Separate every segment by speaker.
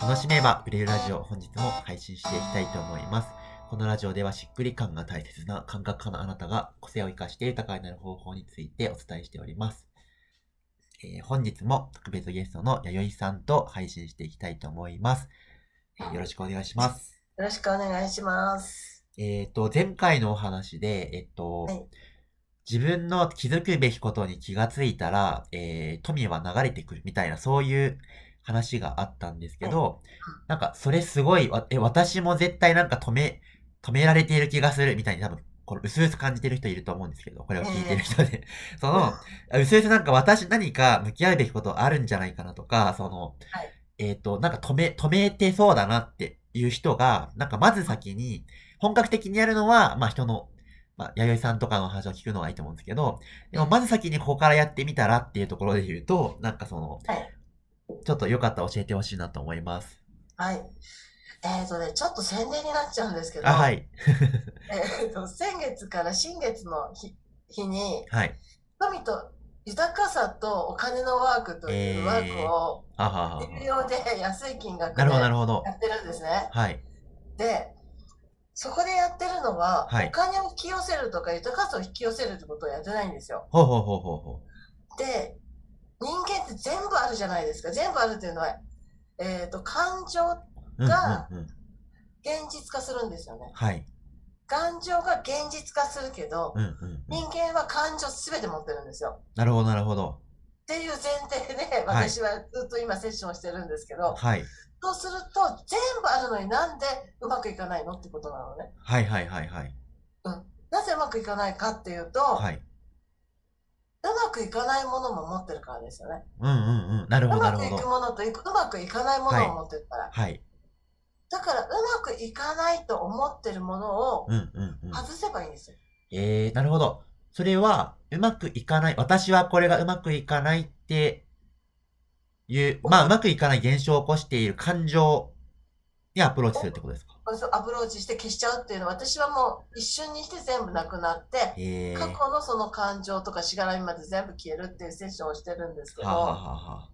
Speaker 1: 楽しめば売れるラジオ、本日も配信していきたいと思います。このラジオではしっくり感が大切な感覚家のあなたが個性を生かして豊かになる方法についてお伝えしております。えー本日も特別ゲストの弥生さんと配信していきたいと思います。えーよろしくお願いします。
Speaker 2: よろしくお願いします。
Speaker 1: えっと、前回のお話で、えっと
Speaker 2: はい、
Speaker 1: 自分の気づくべきことに気がついたら、えー富は流れてくるみたいな、そういう話があったんですけど、なんか、それすごい、わえ、私も絶対なんか止め、止められている気がするみたいに多分、この薄々感じてる人いると思うんですけど、これを聞いてる人で。 その、薄々なんか私何か向き合うべきことあるんじゃないかなとか、その、
Speaker 2: はい
Speaker 1: えっ、と、なんか止め、止めてそうだなっていう人が、なんかまず先に、本格的にやるのは、まあ人の、まあ、弥生さんとかの話を聞くのはいいと思うんですけど、でもまず先にここからやってみたらっていうところで言うと、なんかその、
Speaker 2: はい
Speaker 1: ちょっとよかったら教えてほしいなと思います。
Speaker 2: はい。えっ、とね、ちょっと宣伝になっちゃうんですけど、
Speaker 1: あ、はい。
Speaker 2: えーと先月から新月の日日に、
Speaker 1: はい。
Speaker 2: 富と豊かさとお金のワークというワークを
Speaker 1: あははは
Speaker 2: 有料で安い金額で
Speaker 1: なるほど、なるほ
Speaker 2: や
Speaker 1: ど。
Speaker 2: ってるんですね。
Speaker 1: はい。
Speaker 2: で、そこでやってるのは、
Speaker 1: はい
Speaker 2: お金を引き寄せるとか豊かさを引き寄せるってことをやってないんですよ。
Speaker 1: ほうほうほうほうほ
Speaker 2: で、人間って全部あるじゃないですか。全部あるっていうのは、えっ、と、感情
Speaker 1: う。うん
Speaker 2: が
Speaker 1: うんうん。
Speaker 2: 現実化するんですよね。
Speaker 1: はい。
Speaker 2: 感情が現実化するけど
Speaker 1: う、んうんうん。
Speaker 2: 人間は感情すべて持ってるんですよ。
Speaker 1: なるほど、なるほど。
Speaker 2: っていう前提で、
Speaker 1: はい
Speaker 2: 私はずっと今セッションしてるんですけど、
Speaker 1: はい。
Speaker 2: そうすると全部あるのになんでうまくいかないのってことなのね。
Speaker 1: はいはいはいはい。
Speaker 2: なぜうまくいかないかっていうと、
Speaker 1: はい。
Speaker 2: うまくいかないものも持ってるからですよね。
Speaker 1: うんうんうん。なる
Speaker 2: う
Speaker 1: ほど、なる
Speaker 2: まくい
Speaker 1: ほ
Speaker 2: く
Speaker 1: ど。
Speaker 2: ものといううまくいかないものを持ってるから。
Speaker 1: はい。
Speaker 2: だからうまくいかないと思ってるものを
Speaker 1: うんうんうん。
Speaker 2: 外せばいいんですよ。
Speaker 1: えー、なるほど。それは、うまくいかない、私はこれがうまくいかないっていう、まあ、うまくいかない現象を起こしている感情にアプローチするってことですか
Speaker 2: そうアプローチして消しちゃうっていうのは私はもう一瞬にして全部なくなって、
Speaker 1: えー。
Speaker 2: 過去のその感情とかしがらみまで全部消えるっていうセッションをしてるんですけど、
Speaker 1: はあはあはあは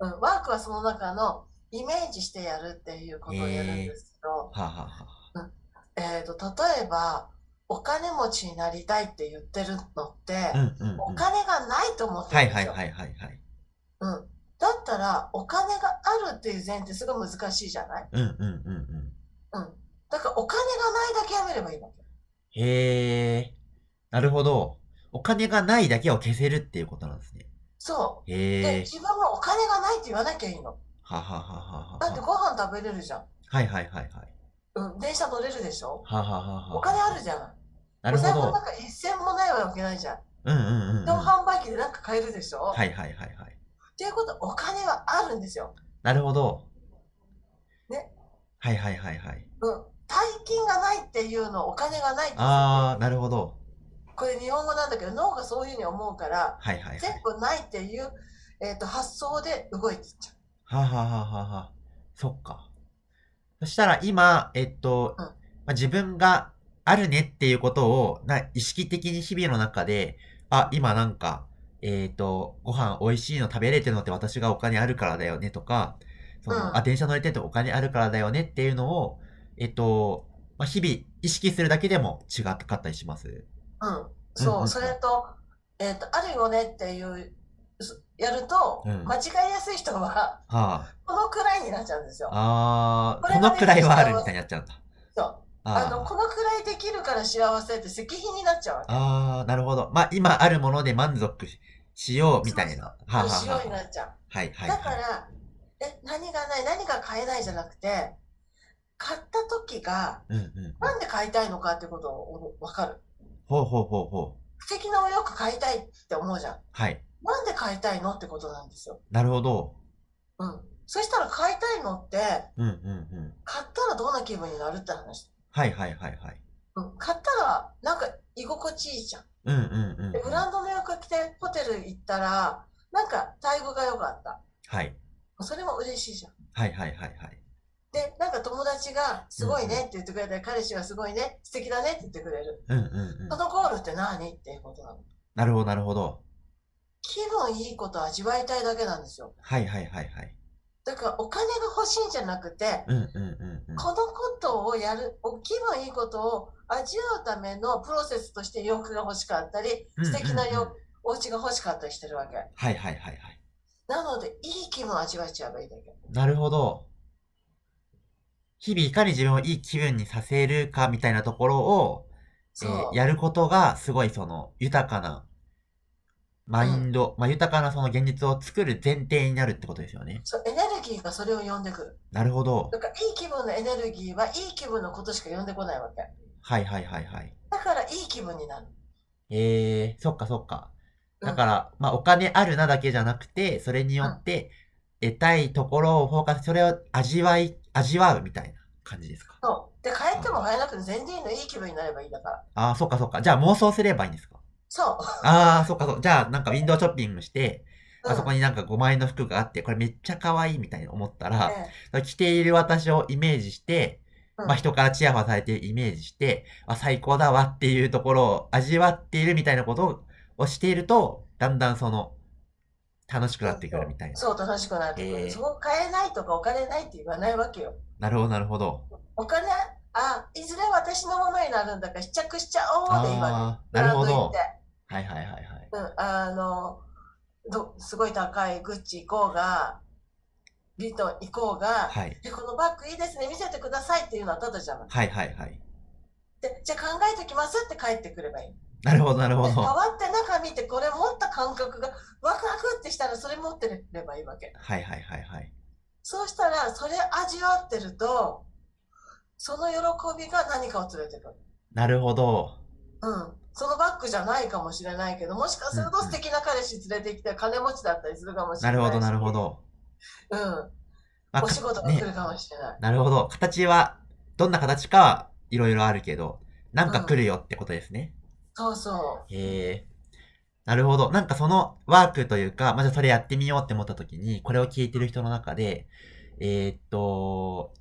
Speaker 1: あ
Speaker 2: うんワークはその中のイメージしてやるっていうことをやるんですけ
Speaker 1: は
Speaker 2: ど、
Speaker 1: あはあはあ
Speaker 2: えーと例えばお金持ちになりたいって言ってるのって、
Speaker 1: うんうんう
Speaker 2: お
Speaker 1: ん。
Speaker 2: 金がないと思って
Speaker 1: は
Speaker 2: る
Speaker 1: い
Speaker 2: ん
Speaker 1: はい
Speaker 2: ですよ。
Speaker 1: はいはいはい。
Speaker 2: うん、だったらお金があるっていう前提すごい難しいじゃない、
Speaker 1: うんうんうんうん。
Speaker 2: うん、だからお金がないだけやめればいいわけ。
Speaker 1: へえ、なるほど。お金がないだけを消せるっていうことなんですね。
Speaker 2: そう。で、
Speaker 1: へえ、
Speaker 2: 自分もお金がないって言わなきゃいいの。
Speaker 1: ははははは
Speaker 2: だって
Speaker 1: は。
Speaker 2: ご飯食べれるじゃん。
Speaker 1: はいはいはいはい。
Speaker 2: うん、電車乗れるでしょ
Speaker 1: はははは。
Speaker 2: お金あるじゃない。
Speaker 1: なるほ
Speaker 2: お財布の
Speaker 1: ど。
Speaker 2: 中一銭もないわけないじゃん。
Speaker 1: うんうんうんうん。
Speaker 2: 自動
Speaker 1: は
Speaker 2: 販売機でなんか買えるでしょ、
Speaker 1: いはいはいはい。
Speaker 2: っていうことお金はあるんですよ。
Speaker 1: なるほど。
Speaker 2: ね。
Speaker 1: はいはいはいはい。
Speaker 2: うん。大金がないっていうのをお金がないって
Speaker 1: あー、なるほど。
Speaker 2: これ日本語なんだけど脳がそういうふうに思うから
Speaker 1: はいはいはい。
Speaker 2: 全部ないっていう、えー、と発想で動いていっちゃう。
Speaker 1: はあはあはあはあはあ。そっか。そしたら今、えっと、
Speaker 2: うん
Speaker 1: まあ、自分があるねっていうことをな意識的に日々の中で、あ、今なんか、えっと、ご飯美味しいの食べれてるのって私がお金あるからだよねとか、その、
Speaker 2: うん
Speaker 1: あ、電車乗れてるとお金あるからだよねっていうのを、えっと、まあ、日々意識するだけでも違かったりします。
Speaker 2: うん。
Speaker 1: う
Speaker 2: そう、
Speaker 1: んうんうん
Speaker 2: それと、えっ、と、あるよねっていう、すやると、
Speaker 1: うん
Speaker 2: 間違いやすい人は、
Speaker 1: は
Speaker 2: このくらいになっちゃうんですよ。
Speaker 1: あ、あー、こ
Speaker 2: これが
Speaker 1: の
Speaker 2: ね
Speaker 1: くらいはあるみたいになっちゃうんだ。
Speaker 2: そう。あの、
Speaker 1: あ
Speaker 2: このくらいできるから幸せって石碑になっちゃうわけ。
Speaker 1: ああ、なるほど。まあ、今あるもので満足しようみたいな。はあ、はあ、は
Speaker 2: 塩に
Speaker 1: あ
Speaker 2: なっちゃう。
Speaker 1: はいはい
Speaker 2: だか
Speaker 1: はい。
Speaker 2: ら、え、何がない、何が買えないじゃなくて、買った時が、
Speaker 1: うんうん。
Speaker 2: なんで買いたいのかってことを分かる。
Speaker 1: ほうほうほうほう。
Speaker 2: 素敵なお洋服買いたいって思うじゃん。
Speaker 1: はい。
Speaker 2: なんで買いたいのってことなんですよ。
Speaker 1: なるほど。
Speaker 2: うん。そしたら買いたいのって、
Speaker 1: うんうんうん。
Speaker 2: 買ったらどんな気分になるって話。
Speaker 1: はいはいはいはい。
Speaker 2: うん。買ったら、なんか居心地いいじゃん。
Speaker 1: うんうんうん
Speaker 2: で、
Speaker 1: う
Speaker 2: ブ
Speaker 1: ん。
Speaker 2: ランドの洋服着てホテル行ったら、なんかタイ語が良かった。
Speaker 1: はい。
Speaker 2: それも嬉しいじゃん。
Speaker 1: はいはいはいはい。
Speaker 2: で、なんか友達がすごいねって言ってくれたり、彼氏がすごいね、素敵だねって言ってくれる。
Speaker 1: うんうんう
Speaker 2: そ
Speaker 1: ん。
Speaker 2: のゴールって何っていうことなの。
Speaker 1: なるほどなるほど。
Speaker 2: 気分いいことを味わいたいだけなんですよ。
Speaker 1: はいはいはいはい。
Speaker 2: だからお金が欲しいんじゃなくて、
Speaker 1: うんうんうんうん。
Speaker 2: このことをやる、お気分いいことを味わうためのプロセスとして洋服が欲しかったり、素敵な
Speaker 1: うんうんうん
Speaker 2: 洋お家が欲しかったりしてるわけ。
Speaker 1: はいはいはいはい。
Speaker 2: なので、いい気分を味わっちゃえばいいだけ。
Speaker 1: なるほど。日々いかに自分をいい気分にさせるかみたいなところを、え
Speaker 2: そう。
Speaker 1: ーやることがすごいその豊かなマインド、まあ豊かなその現実を作る前提になるってことですよね。
Speaker 2: そうエネルギーがそれを呼んでくる。
Speaker 1: なるほど
Speaker 2: だ。から、いい気分のエネルギーは、いい気分のことしか呼んでこないわけ。
Speaker 1: はいはいはいはい。
Speaker 2: だから、いい気分になる。
Speaker 1: えー、そっかそっか。
Speaker 2: うん
Speaker 1: だから、まあお金あるなだけじゃなくて、それによって得たいところをフォーカス、それを味わい、味わうみたいな感じですか。
Speaker 2: そう。で、帰っても帰らなくて全然いいの、いい気分になればいいだから。
Speaker 1: ああ、そっかそっか。じゃあ妄想すればいいんですか
Speaker 2: そ
Speaker 1: ああ、そっかそっか。じゃあ、なんかウィンドウショッピングして、
Speaker 2: う。
Speaker 1: あそこ
Speaker 2: に。
Speaker 1: になんか5万円の服があって、これめっちゃ可愛いみたいに思ったら、
Speaker 2: え
Speaker 1: 着ている私をイメージして、
Speaker 2: うん
Speaker 1: まあ人からチヤホヤされているイメージして、あ、最高だわっていうところを味わっているみたいなことをしていると、だんだんその、楽しくなってくるみたい
Speaker 2: え
Speaker 1: な。
Speaker 2: そう、楽しくなってく
Speaker 1: え
Speaker 2: る。
Speaker 1: え
Speaker 2: そこ買えないとか、お金ないって言わないわけよ。
Speaker 1: なるほど、なるほど。
Speaker 2: お金、あ、いずれ私のものになるんだから、試着しちゃおうで言わ
Speaker 1: ああー、なるほど。
Speaker 2: ブ
Speaker 1: はいはいはいはい。
Speaker 2: ランド行ってうん、あの、ど、すごい高いグッチ行こうが、リトン行こうが、
Speaker 1: はい。
Speaker 2: え、このバッグいいですね、見せてくださいっていうのはただじゃない。
Speaker 1: はいはいはい。
Speaker 2: で、じゃあ考えときますって帰ってくればいい。で
Speaker 1: なるほど、なるほ
Speaker 2: 変
Speaker 1: ど。
Speaker 2: わって中見て、これ持った感覚がワクワクってしたら、それ持ってればいいわけ。
Speaker 1: はいはいはいはい。
Speaker 2: そうしたら、それ味わってると、その喜びが何かを連れてくる。
Speaker 1: なるほど。
Speaker 2: うん、そのバッグじゃないかもしれないけど、もしかすると
Speaker 1: うんうん
Speaker 2: 素敵な彼氏連れてきて金持ちだったりするかもしれ
Speaker 1: な
Speaker 2: ない
Speaker 1: る
Speaker 2: し。
Speaker 1: ほど、なるほ。ど。
Speaker 2: うん、
Speaker 1: まあ
Speaker 2: お仕事が
Speaker 1: ね
Speaker 2: 来るかもしれない。
Speaker 1: なるほど。形は、どんな形かはいろいろあるけど、なんか来るよってことですね。
Speaker 2: そうそ
Speaker 1: へえ。なるほど。なんかそのワークというか、まあ、じゃあそれやってみようって思った時に、これを聞いてる人の中で、えーっと、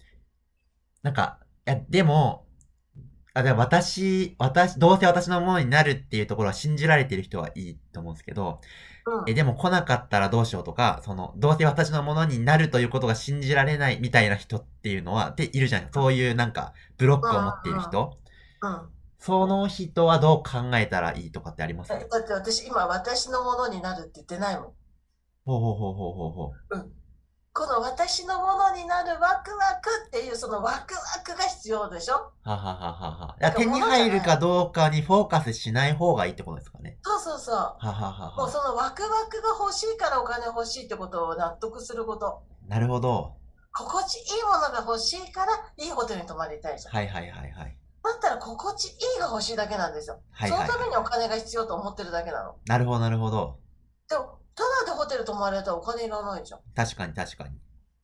Speaker 1: なんか、いや、でも、あ、でも私、私、どうせ私のものになるっていうところは信じられてる人はいいと思うんですけど、
Speaker 2: う。うん
Speaker 1: え、、でも来なかったらどうしようとか、その、どうせ私のものになるということが信じられないみたいな人っていうのは、で、いるじゃないそういうなんか、ブロックを持っている人。
Speaker 2: うん。
Speaker 1: その人はどう考えたらいいとかってあります
Speaker 2: だだって私、今、私のものになるって言ってないもん。
Speaker 1: ほうほうほうほうほうほう。
Speaker 2: この私のものになるワクワクっていう、そのワクワクが必要でしょ
Speaker 1: ははははは。いや、
Speaker 2: なんか
Speaker 1: 手に入るかどうかにフォーカスしない方がいいってことですかね。
Speaker 2: そうそうそう。
Speaker 1: ははは
Speaker 2: もう
Speaker 1: は。
Speaker 2: そのワクワクが欲しいからお金欲しいってことを納得すること。
Speaker 1: なるほど。
Speaker 2: 心地いいものが欲しいから、いいホテルに泊まりたいじゃん。
Speaker 1: はいはいはいはい。
Speaker 2: だったら心地いいが欲しいだけなんですよ。
Speaker 1: はいはいはい
Speaker 2: そのためにお金が必要と思ってるだけなの。
Speaker 1: なるほどなるほど。
Speaker 2: でも、ただでホテル泊まれたらお金いらないじゃん。
Speaker 1: 確かに確かに。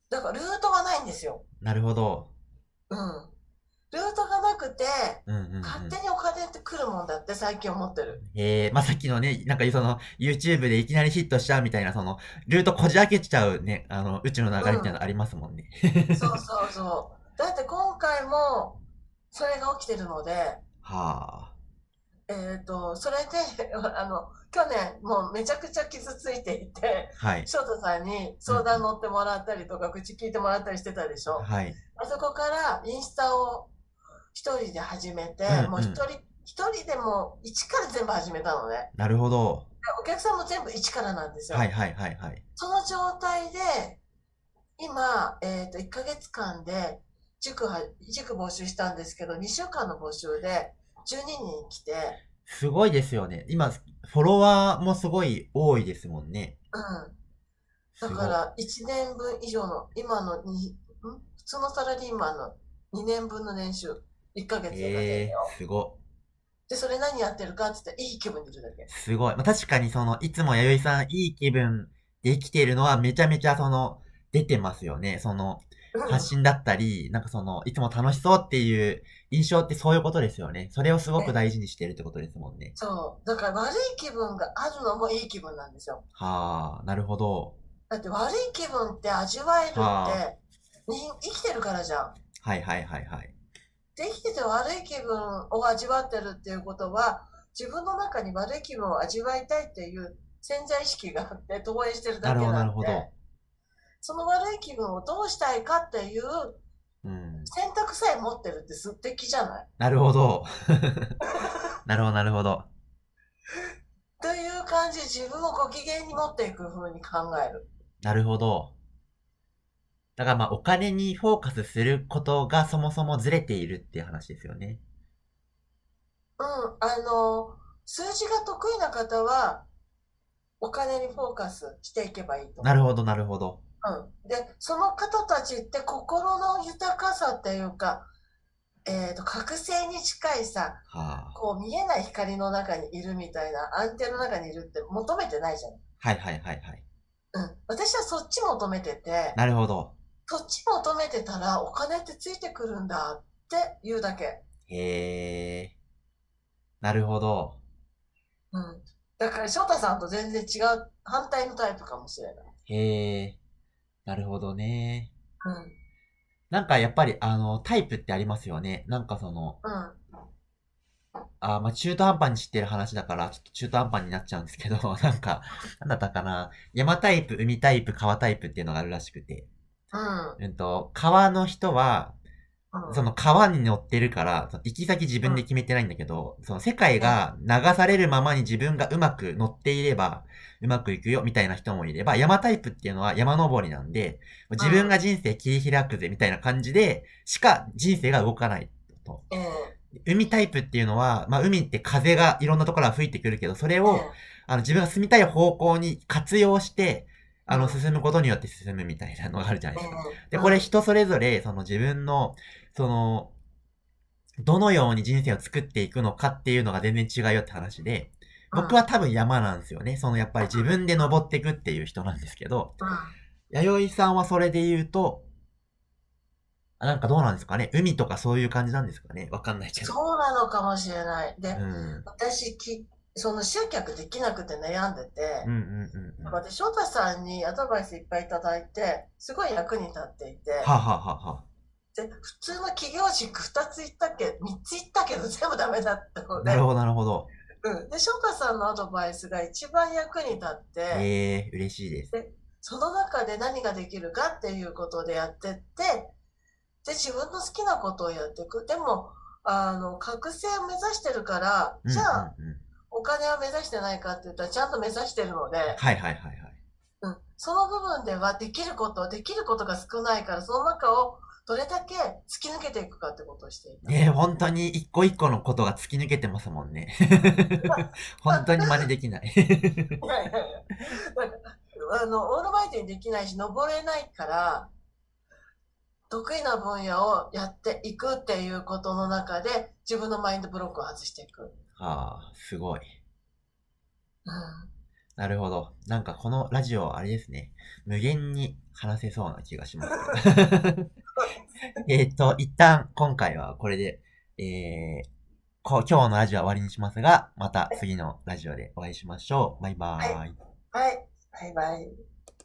Speaker 2: だからルートがないんですよ。
Speaker 1: なるほど。
Speaker 2: うん。ルートがなくて、
Speaker 1: うんうん、うん。
Speaker 2: 勝手にお金って来るもんだって最近思ってる。
Speaker 1: えー、まあ、さっきのね、なんかその、YouTube でいきなりヒットしちゃうみたいな、その、ルートこじ開けちゃうね、あの、宇宙の流れみたいなのありますもんね。
Speaker 2: そうそうそう。だって今回も、それが起きてるので、
Speaker 1: はあ。
Speaker 2: えっ、と、それで、あの、去年、もうめちゃくちゃ傷ついていて、
Speaker 1: はい。
Speaker 2: 翔太さんに相談乗ってもらったりとか、口聞いてもらったりしてたでしょ。
Speaker 1: はい。
Speaker 2: あそこからインスタを一人で始めて、
Speaker 1: うんうん
Speaker 2: もう一人、一人でもう一から全部始めたのね。で
Speaker 1: なるほど。
Speaker 2: お客さんも全部一からなんですよ。
Speaker 1: はいはいはいはい。
Speaker 2: その状態で、今、えっ、と、1ヶ月間で、塾は、塾募集したんですけど、2週間の募集で、12人来て、
Speaker 1: すごいですよね。今、フォロワーもすごい多いですもんね。
Speaker 2: うん。
Speaker 1: す
Speaker 2: だ
Speaker 1: ごい
Speaker 2: から、1年分以上の、今のに、ん普通のサラリーマンの2年分の年収、1ヶ月の中で
Speaker 1: え
Speaker 2: よ。
Speaker 1: ー、すご。
Speaker 2: で、それ何やってるかって言って、いい気分になるだけ。
Speaker 1: すごい。まあ、確かにその、いつも弥生さんいい気分できているのはめちゃめちゃその、出てますよね。その、
Speaker 2: うん
Speaker 1: 発信だったり、なんかその、いつも楽しそうっていう印象ってそういうことですよね。それをすごく大事にしてるってことですもんね。
Speaker 2: そう。だから悪い気分があるのもいい気分なんですよ。
Speaker 1: はあ、なるほど。
Speaker 2: だって悪い気分って味わえる
Speaker 1: は
Speaker 2: って、人生きてるからじゃん。
Speaker 1: はいはいはいはい。
Speaker 2: で、生きてて悪い気分を味わってるっていうことは、自分の中に悪い気分を味わいたいっていう潜在意識があって投影してるだ
Speaker 1: なるほ
Speaker 2: け
Speaker 1: どな
Speaker 2: な
Speaker 1: る
Speaker 2: ん
Speaker 1: ほ
Speaker 2: で
Speaker 1: ど。、
Speaker 2: その悪い気分をどうしたいかっていう
Speaker 1: うん。
Speaker 2: 選択さえ持ってるって素敵じゃない
Speaker 1: なるほど。 なるほど、なるほど。
Speaker 2: という感じ、自分をご機嫌に持っていく風に考える。
Speaker 1: なるほど。だからまあお金にフォーカスすることがそもそもずれているっていう話ですよね。
Speaker 2: うん、あの、数字が得意な方は、お金にフォーカスしていけばいいと。
Speaker 1: なるほど、なるほど。
Speaker 2: うん。で、その方たちって心の豊かさっていうか、えっと、覚醒に近いさ、
Speaker 1: はあ。
Speaker 2: こう見えない光の中にいるみたいな、アンテの中にいるって求めてないじゃん。
Speaker 1: はいはいはいはい。
Speaker 2: うん。私はそっち求めてて、
Speaker 1: なるほど。
Speaker 2: そっち求めてたらお金ってついてくるんだって言うだけ。
Speaker 1: へえ。なるほど。
Speaker 2: うん。だから翔太さんと全然違う反対のタイプかもしれない。
Speaker 1: へえ。なるほどね。
Speaker 2: うん。
Speaker 1: なんかやっぱりあの、タイプってありますよね。なんかその、
Speaker 2: うん。
Speaker 1: あーまあ中途半端に知ってる話だから、ちょっと中途半端になっちゃうんですけど、 なんか、なんだったかな。山タイプ、海タイプ、川タイプっていうのがあるらしくて。
Speaker 2: うん。
Speaker 1: うんと、川の人は、
Speaker 2: うん。
Speaker 1: その川に乗ってるから、その行き先自分で決めてないんだけど、その世界が流されるままに自分がうまく乗っていれば、うまくいくよ、みたいな人もいれば、山タイプっていうのは山登りなんで、自分が人生切り開くぜ、みたいな感じで、しか人生が動かないと。
Speaker 2: ええ
Speaker 1: 海タイプっていうのは、まあ海って風がいろんなところから吹いてくるけど、それを、あの、自分が住みたい方向に活用して、あの、進むことによって進むみたいなのがあるじゃない
Speaker 2: え
Speaker 1: ですか。
Speaker 2: え
Speaker 1: で、これ、人それぞれ、その自分の、その、どのように人生を作っていくのかっていうのが全然違うよって話で、僕は多分山なんですよね。そのやっぱり自分で登っていくっていう人なんですけど、
Speaker 2: うん、うん
Speaker 1: 弥生さんはそれで言うと、あなんかどうなんですかね海とかそういう感じなんですかねわかんないけど。
Speaker 2: そうなのかもしれない。で、
Speaker 1: うん。
Speaker 2: 私き、その集客できなくて悩んでて、
Speaker 1: うんうんうんうん。は
Speaker 2: 私、翔太さんにアドバイスいっぱいいただいて、すごい役に立っていて、
Speaker 1: あ、はあはあは
Speaker 2: で普通の企業塾2つ行ったけ、3つ行ったけど全部ダメだった
Speaker 1: あ、
Speaker 2: ので、
Speaker 1: なるほどなるほど。
Speaker 2: うん、で、翔太さんのアドバイスが一番役に立って、
Speaker 1: ええ嬉しいです。
Speaker 2: その中で何ができるかっていうことでやってって、で、自分の好きなことをやっていく。でも、あの、覚醒を目指してるから、
Speaker 1: うん
Speaker 2: じゃあ、
Speaker 1: うんうん、
Speaker 2: お金は目指してないかって言ったら、ちゃんと目指してるので、
Speaker 1: はいはいはいはい。
Speaker 2: うん、その部分ではできること、できることが少ないから、その中をどれだけ突き抜けていくかってことをしていた。
Speaker 1: ねえ、本当に一個一個のことが突き抜けてますもんね。本当に真似できない。
Speaker 2: いやいやいやなんかあの、オールマイティにできないし、登れないから、得意な分野をやっていくっていうことの中で、自分のマインドブロックを外していく。
Speaker 1: ああ、すごい。
Speaker 2: うん、
Speaker 1: なるほど。なんかこのラジオ、あれですね。無限に話せそうな気がしますけど。えっと、一旦今回はこれで、えー、こ今日のラジオは終わりにしますが、また次のラジオでお会いしましょう。バイバーイ。
Speaker 2: はい、バイバイ。